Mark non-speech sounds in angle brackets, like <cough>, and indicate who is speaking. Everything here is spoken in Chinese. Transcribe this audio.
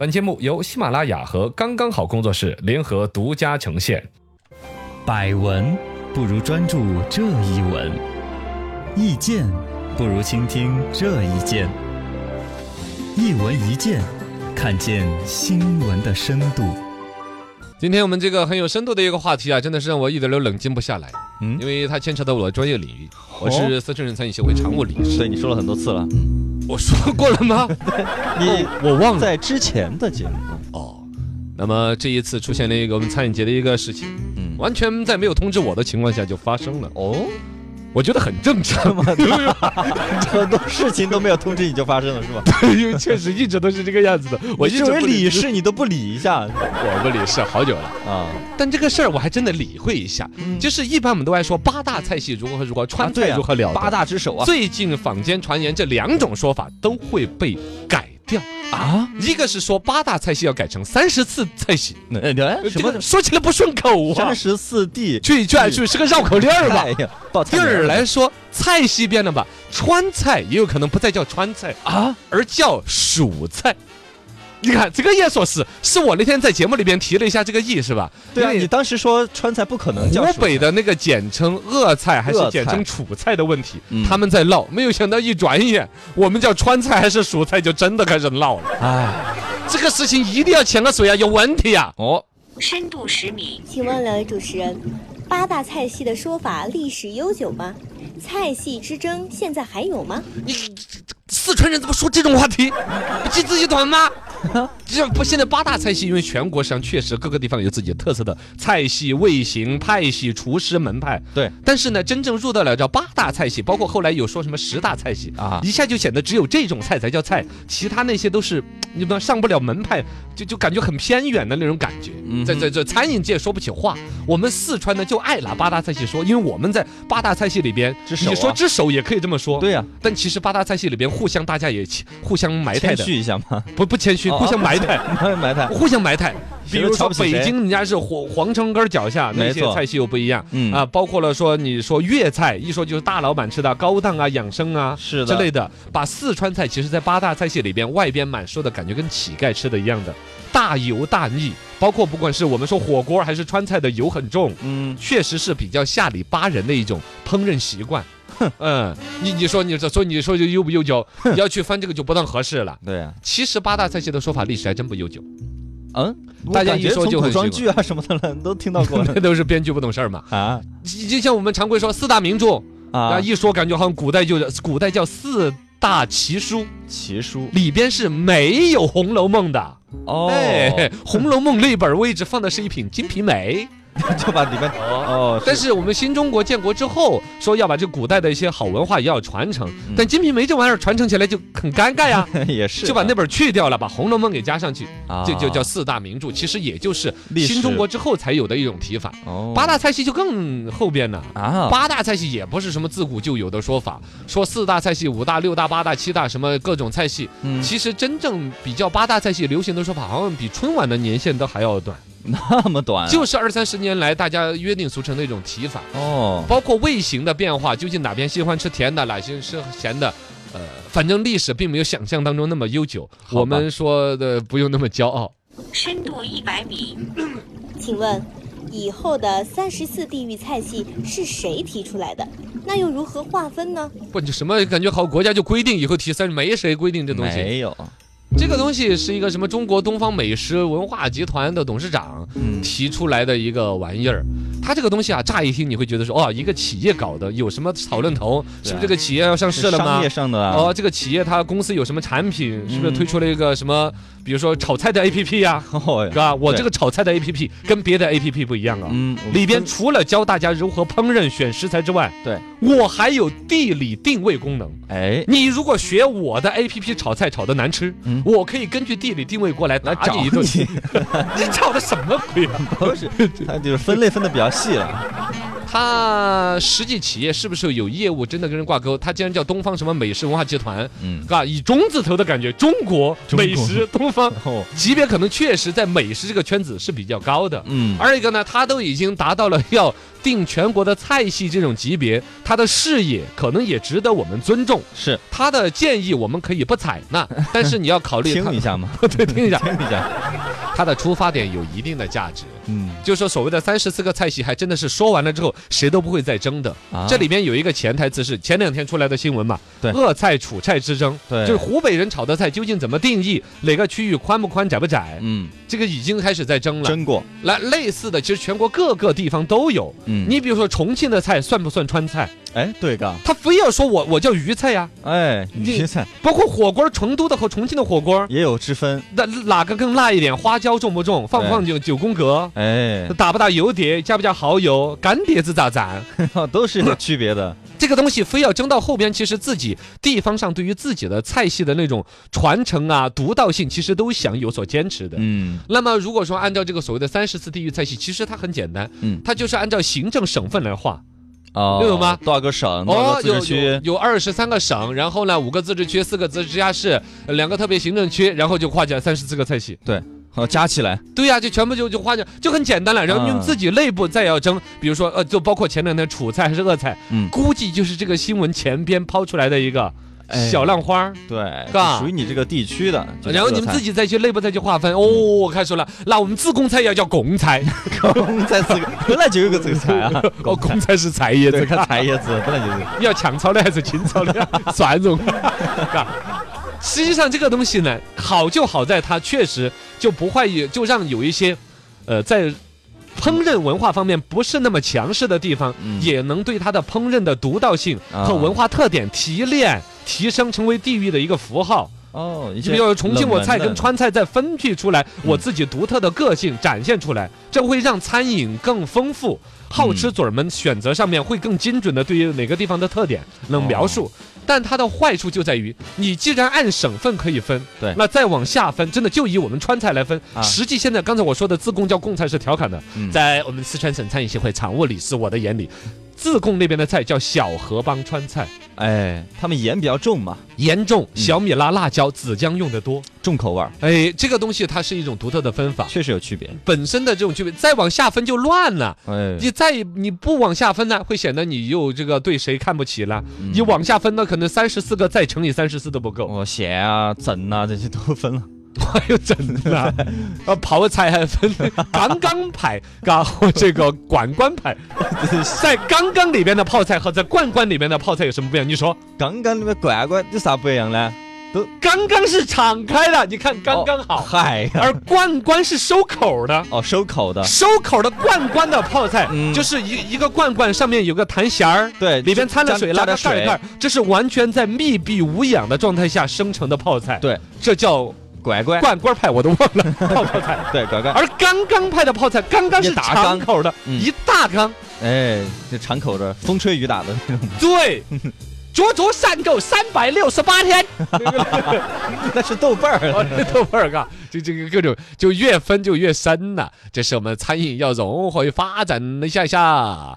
Speaker 1: 本节目由喜马拉雅和刚刚好工作室联合独家呈现。
Speaker 2: 百闻不如专注这一闻，意见不如倾听这一见。一闻一见，看见新闻的深度。
Speaker 3: 今天我们这个很有深度的一个话题啊，真的是让我一点都冷静不下来，
Speaker 2: 嗯
Speaker 3: 因为它牵扯到我的专业领域，
Speaker 1: 哦
Speaker 3: 我是思成人才与协会常务理事。
Speaker 4: 对，你说了很多次了。
Speaker 1: 嗯
Speaker 3: 我说过了
Speaker 1: <laughs>
Speaker 3: 吗？
Speaker 2: 嗯
Speaker 3: 哦
Speaker 4: 你
Speaker 3: 我忘了
Speaker 4: 在之前的节目，
Speaker 3: 哦。那么这一次出现了一个我们餐饮节的一个事情，
Speaker 4: 嗯，
Speaker 3: 完全在没有通知我的情况下就发生了。哦，我觉得很
Speaker 1: <laughs>
Speaker 3: 正常
Speaker 2: 哦
Speaker 4: <laughs>
Speaker 3: 嘛，
Speaker 4: 很多事情都没有通知你就发生了，是吧？
Speaker 3: 因为确实一直都是这个样子的。我一直
Speaker 4: 作为
Speaker 3: 不理
Speaker 4: 理事，你都不理一下
Speaker 3: 我不理事好久了，
Speaker 4: 啊？
Speaker 3: 但这个事儿我还真的理会一下。就是一般我们都爱说八大菜系如何如何，川
Speaker 4: 嗯啊对
Speaker 3: 菜
Speaker 4: 啊
Speaker 3: 如何了得
Speaker 4: 八大之首啊，
Speaker 3: 最近坊间传言这两种说法都会被改掉啊，一个是说八大菜系要改成三十四菜系，
Speaker 2: 哎
Speaker 3: 呃
Speaker 4: 那那什
Speaker 3: 这个
Speaker 4: 么
Speaker 3: 说起来不顺口啊
Speaker 4: 三，十四 D
Speaker 3: 去劝去是个绕口令儿吧
Speaker 4: <laughs> 哎。呀，报
Speaker 3: 第
Speaker 4: 菜名
Speaker 3: 二，来说，菜系变了吧，川菜也有可能不再叫川菜啊，而叫蜀菜。你看这个也说是，是我那天在节目里边提了一下这个意是吧？
Speaker 4: 对啊，
Speaker 3: 因为
Speaker 4: 你当时说川菜不可能叫
Speaker 3: 湖
Speaker 4: 蜀
Speaker 3: 北
Speaker 4: 菜
Speaker 3: 的那个简称鄂菜还是
Speaker 4: 鄂
Speaker 3: 简
Speaker 4: 菜
Speaker 3: 称楚菜的问题
Speaker 4: 嗯，
Speaker 3: 他们在闹，没有想到一转眼，我们叫川菜还是蜀菜就真的开始闹了。
Speaker 4: 哎，
Speaker 3: 这个事情一定要潜个水啊，有问题啊！
Speaker 4: 哦，
Speaker 5: 深度十米，
Speaker 6: 请问两位主持人，八大菜系的说法历史悠久吗？菜系之争现在还有吗？
Speaker 3: 你四川人怎么说这种话题？不记自己团吗？ <laughs> 这不，现在八大菜系，因为全国实际上确实各个地方有自己特色的菜系、味型、派系、厨师门派。
Speaker 4: 对，
Speaker 3: 但是呢，真正入得了叫八大菜系，包括后来有说什么十大菜系
Speaker 4: 嗯啊
Speaker 3: 一下就显得只有这种菜才叫菜，其他那些都是你们上不了门派，就就感觉很偏远的那种感觉。
Speaker 4: 嗯哼
Speaker 3: 在在在餐饮界说不起话，我们四川呢就爱拿八大菜系说，因为我们在八大菜系里边，
Speaker 4: 之首啊
Speaker 3: 你说之首也可以这么说。
Speaker 4: 对呀，
Speaker 3: 但其实八大菜系里边，互相大家也起互相埋汰
Speaker 4: 谦
Speaker 3: 的，
Speaker 4: 虚一下嘛， <laughs>
Speaker 3: 不不谦虚，
Speaker 4: 哦
Speaker 3: 互相埋汰，
Speaker 4: <laughs> 埋汰，
Speaker 3: 互相埋汰。比
Speaker 4: 谁都
Speaker 3: 如
Speaker 4: 瞧
Speaker 3: 说
Speaker 4: 不起谁
Speaker 3: 北京，人家是皇皇城根儿脚下那
Speaker 4: 没
Speaker 3: 些
Speaker 4: 错
Speaker 3: 菜系又不一样，
Speaker 4: 嗯
Speaker 3: 啊，包括了说你说粤菜，一说就是大老板吃的高档啊、养生啊
Speaker 4: 是
Speaker 3: 之
Speaker 4: 的
Speaker 3: 类的。把四川菜其实，在八大菜系里边，外边满说的感觉跟乞丐吃的一样的，大油大腻，包括不管是我们说火锅还是川菜的油很重，
Speaker 4: 嗯，
Speaker 3: 确实是比较下里巴人的一种烹饪习惯。嗯，你你说你说说你说就悠不悠久？你要去翻这个就不当合适了。
Speaker 4: 对呀，
Speaker 3: 其实八大菜系的说法历史还真不悠久， <laughs>
Speaker 4: 嗯，我
Speaker 3: 大家
Speaker 4: 感
Speaker 3: 一
Speaker 4: 觉
Speaker 3: 说
Speaker 4: 从
Speaker 3: 就
Speaker 4: 古
Speaker 3: 很
Speaker 4: 装
Speaker 3: 习
Speaker 4: 剧啊什么的了，都听到
Speaker 3: <laughs>
Speaker 4: 过
Speaker 3: 那都是编剧不懂事儿嘛。
Speaker 4: 啊
Speaker 3: 就就像我们常规说四大名著，啊，
Speaker 4: 啊，
Speaker 3: 一说感觉好像古代就是古代叫四大奇书，
Speaker 4: 奇书
Speaker 3: 里边是没有《红楼梦》的。
Speaker 4: 哦，
Speaker 3: 哎，《红楼梦》那本位置放的是一品《金瓶梅》。
Speaker 4: <laughs> 就把里面哦，
Speaker 3: 但是我们新中国建国之后，说要把这古代的一些好文化也要传承，但《金瓶梅》这玩意儿传承起来就很尴尬呀，
Speaker 4: <laughs> 也嗯是
Speaker 3: 就把那本去掉了，把《红楼梦》给加上去，
Speaker 4: 啊
Speaker 3: 这就叫四大名著。其实也就是
Speaker 4: 历史
Speaker 3: 新中国之后才有的一种提法。
Speaker 4: 哦
Speaker 3: 八大菜系就更后边了。
Speaker 4: 啊
Speaker 3: 八大菜系也不是什么自古就有的说法，说四大菜系、五大、六大、八大、七大什么各种菜系，
Speaker 4: 嗯
Speaker 3: 其实真正比较八大菜系流行的说法，好像比春晚的年限都还要短，
Speaker 4: 那么短啊
Speaker 3: 就是二三十年来大家约定俗成的一种提法。
Speaker 4: 哦
Speaker 3: 包括味型的变化，究竟哪边喜欢吃甜的，哪些吃咸的，呃，反正历史并没有想象当中那么悠久。
Speaker 4: 吧
Speaker 3: 我们说的不用那么骄傲，
Speaker 5: 深度一百米，
Speaker 6: 请问，以后的三十四地域菜系是谁提出来的？那又如何划分呢？
Speaker 3: 不，你什么感觉好？国家就规定以后提三，没谁规定这东西。
Speaker 4: 没有
Speaker 3: 这个东西是一个什么中国东方美食文化集团的董事长
Speaker 4: 嗯
Speaker 3: 提出来的一个玩意儿。他这个东西啊，乍一听你会觉得说，哦，一个企业搞的，有什么讨论头？是
Speaker 4: 对
Speaker 3: 不
Speaker 4: 啊
Speaker 3: 是这个企业要上市了吗
Speaker 4: 商业？上的啊
Speaker 3: 哦，这个企业它公司有什么产品？是不是推出了一个什么，比如说炒菜的 APP 呀、
Speaker 4: 哦
Speaker 3: 啊是吧？我
Speaker 4: 对
Speaker 3: 这个炒菜的 APP 跟别的 APP 不一样啊，
Speaker 4: 嗯
Speaker 3: 里边除了教大家如何烹饪、选食材之外，
Speaker 4: 对
Speaker 3: 我还有地理定位功能。
Speaker 4: 哎
Speaker 3: 你如果学我的 APP 炒菜炒的难吃，
Speaker 4: 嗯
Speaker 3: 我可以根据地理定位过来
Speaker 4: 来
Speaker 3: 打
Speaker 4: 找
Speaker 3: 你一顿。
Speaker 4: <laughs>
Speaker 3: 你炒的什么鬼啊？ <laughs>
Speaker 4: 不是，它就是分类分的比较细了。
Speaker 3: 它实际企业是不是有业务真的跟人挂钩？它竟然叫东方什么美食文化集团，
Speaker 4: 嗯
Speaker 3: 啊，以中字头的感觉，中国
Speaker 2: 中国
Speaker 3: 美
Speaker 4: <laughs>
Speaker 3: 食东方
Speaker 4: 哦，
Speaker 3: 级别可能确实在美食这个圈子是比较高的。
Speaker 4: 嗯
Speaker 3: 二一个呢，它都已经达到了要定全国的菜系这种级别，它的视野可能也值得我们尊重。
Speaker 4: 是
Speaker 3: 他的建议我们可以不采
Speaker 4: <laughs>
Speaker 3: 纳，但是你要考虑
Speaker 4: 听
Speaker 3: 它
Speaker 4: 一，下嘛，
Speaker 3: <laughs> 对，听一下，
Speaker 4: 听一下，
Speaker 3: 他的出发点有一定的价值。
Speaker 4: 嗯，
Speaker 3: 就说所谓的三十四个菜系，还真的是说完了之后谁都不会再争的。
Speaker 4: 啊
Speaker 3: 这里面有一个潜台词是前两天出来的新闻嘛，
Speaker 4: 对
Speaker 3: 鄂菜楚菜之争，
Speaker 4: 对
Speaker 3: 就是湖北人炒的菜究竟怎么定义，哪个区域宽不宽窄不窄，
Speaker 4: 嗯，
Speaker 3: 这个已经开始在争了。
Speaker 4: 真过，
Speaker 3: 来，类似的其实全国各个地方都有。
Speaker 4: 嗯
Speaker 3: 你比如说重庆的菜算不算川菜？
Speaker 4: 哎，对嘎，
Speaker 3: 他非要说我我叫渝菜呀、
Speaker 4: 哎，
Speaker 3: 你
Speaker 4: 你菜
Speaker 3: 包括火锅，成都的和重庆的火锅，
Speaker 4: 也有之分，
Speaker 3: 那哪个更辣一点？花椒重不重？放不放九九宫格？
Speaker 4: 哎，
Speaker 3: <laughs> 打不打油碟？加不加蚝油？干碟子咋攒？
Speaker 4: 都是有区别的，
Speaker 3: 这个东西非要争到后边，其实自己地方上对于自己的菜系的那种传承啊、独到性，其实都想有所坚持的。
Speaker 4: 嗯
Speaker 3: 那么，如果说按照这个所谓的三十四地域菜系，其实它很简单，
Speaker 4: 嗯，
Speaker 3: 它就是按照行政省份来划。
Speaker 4: 哦
Speaker 3: 又有吗
Speaker 4: 多少个省，多啊少个自
Speaker 3: 有
Speaker 4: 治区
Speaker 3: 有，有二十三个省，然后呢五个自治区、四个自治直辖市、呃两个特别行政区，然后就划起来三十四个菜系。
Speaker 4: 对，好哦加起来，
Speaker 3: 对呀、就全部就就划掉，就很简单了。然后
Speaker 4: 嗯
Speaker 3: 用自己内部再要争，比如说呃，就包括前两天楚菜还是鄂菜，
Speaker 4: 嗯
Speaker 3: 估计就是这个新闻前边抛出来的一个
Speaker 4: 哎
Speaker 3: 小浪花儿。
Speaker 4: 对，
Speaker 3: 嘎
Speaker 4: 就属于你这个地区的，就
Speaker 3: 然后你们自己再去内部再去划分。哦，我看说了，那我们自贡菜要叫贡菜， <laughs>
Speaker 4: <laughs> 在四个，本来就有个这个菜啊，
Speaker 3: 哦，贡菜是菜叶
Speaker 4: 对，
Speaker 3: 子，
Speaker 4: 看菜叶
Speaker 3: <laughs>
Speaker 4: 子，本来就是，
Speaker 3: 要强炒的还是清炒的？蒜蓉，嘎。实际上这个东西呢，好就好在它确实就不会就让有一些，呃，在烹饪文化方面不是那么强势的地方，
Speaker 4: 嗯
Speaker 3: 也能对它的烹饪的独到性和文化特点提炼。提升成为地域的一个符号，
Speaker 4: 哦，你
Speaker 3: 就比如重庆我菜跟川菜再分辟出来，
Speaker 4: 嗯
Speaker 3: 我自己独特的个性展现出来，这会让餐饮更丰富。好
Speaker 4: 嗯
Speaker 3: 吃嘴儿们选择上面会更精准的对于哪个地方的特点能描述，
Speaker 4: 哦
Speaker 3: 但它的坏处就在于，你既然按省份可以分，
Speaker 4: 对
Speaker 3: 那再往下分，真的就以我们川菜来分。
Speaker 4: 啊
Speaker 3: 实际现在刚才我说的自贡叫贡菜是调侃的，
Speaker 4: 嗯
Speaker 3: 在我们四川省餐饮协会常务理事我的眼里，自贡那边的菜叫小河帮川菜，
Speaker 4: 哎，他们盐比较重嘛，
Speaker 3: 严重
Speaker 4: 嗯
Speaker 3: 小米辣、辣椒、子姜用的多。
Speaker 4: 重口味儿，
Speaker 3: 哎，这个东西它是一种独特的分法，
Speaker 4: 确实有区别。
Speaker 3: 本身的这种区别，再往下分就乱了。
Speaker 4: 哎，
Speaker 3: 你再你不往下分呢，会显得你又这个对谁看不起了。你往下分呢，可能三十四个再乘以三十四都不够。
Speaker 4: 我咸啊、整啊这些都分了。
Speaker 3: 还有整的，啊，泡菜还分刚刚派，嘎和这个罐罐派，在刚刚里边的泡菜和在罐罐里边的泡菜有什么不一样？你说，
Speaker 4: 刚刚那个罐罐有啥不一样呢？
Speaker 3: 刚刚是敞开的，你看刚刚
Speaker 4: 哦
Speaker 3: 好，
Speaker 4: 嗨呀，
Speaker 3: 而罐罐是收口的。
Speaker 4: 哦，收口的，
Speaker 3: 收口的罐罐的泡菜，
Speaker 4: 嗯
Speaker 3: 就是一一个罐罐上面有个弹匣儿，
Speaker 4: 对
Speaker 3: 里边
Speaker 4: 就
Speaker 3: 掺了
Speaker 4: 加
Speaker 3: 水，
Speaker 4: 加
Speaker 3: 拉
Speaker 4: 点
Speaker 3: 个盖儿
Speaker 4: 水
Speaker 3: 盖儿，这是完全在密闭无氧的状态下生成的泡菜。
Speaker 4: 对，
Speaker 3: 这叫
Speaker 4: 拐拐，
Speaker 3: 罐罐派，我都忘
Speaker 4: <laughs>
Speaker 3: 了泡泡菜。
Speaker 4: 对拐拐，
Speaker 3: 而刚刚派的泡菜，刚刚是
Speaker 4: 一大
Speaker 3: 敞
Speaker 4: 缸
Speaker 3: 口的，
Speaker 4: 嗯
Speaker 3: 一大缸，
Speaker 4: 哎，这敞口的，风吹雨打的 <laughs> 那种，
Speaker 3: 对。足足善够三百六十八天，
Speaker 4: 那是豆瓣儿。
Speaker 3: 哦，这豆瓣儿嘎，就这个各种就越分就越深呐、这是我们餐饮要融会发展一下下。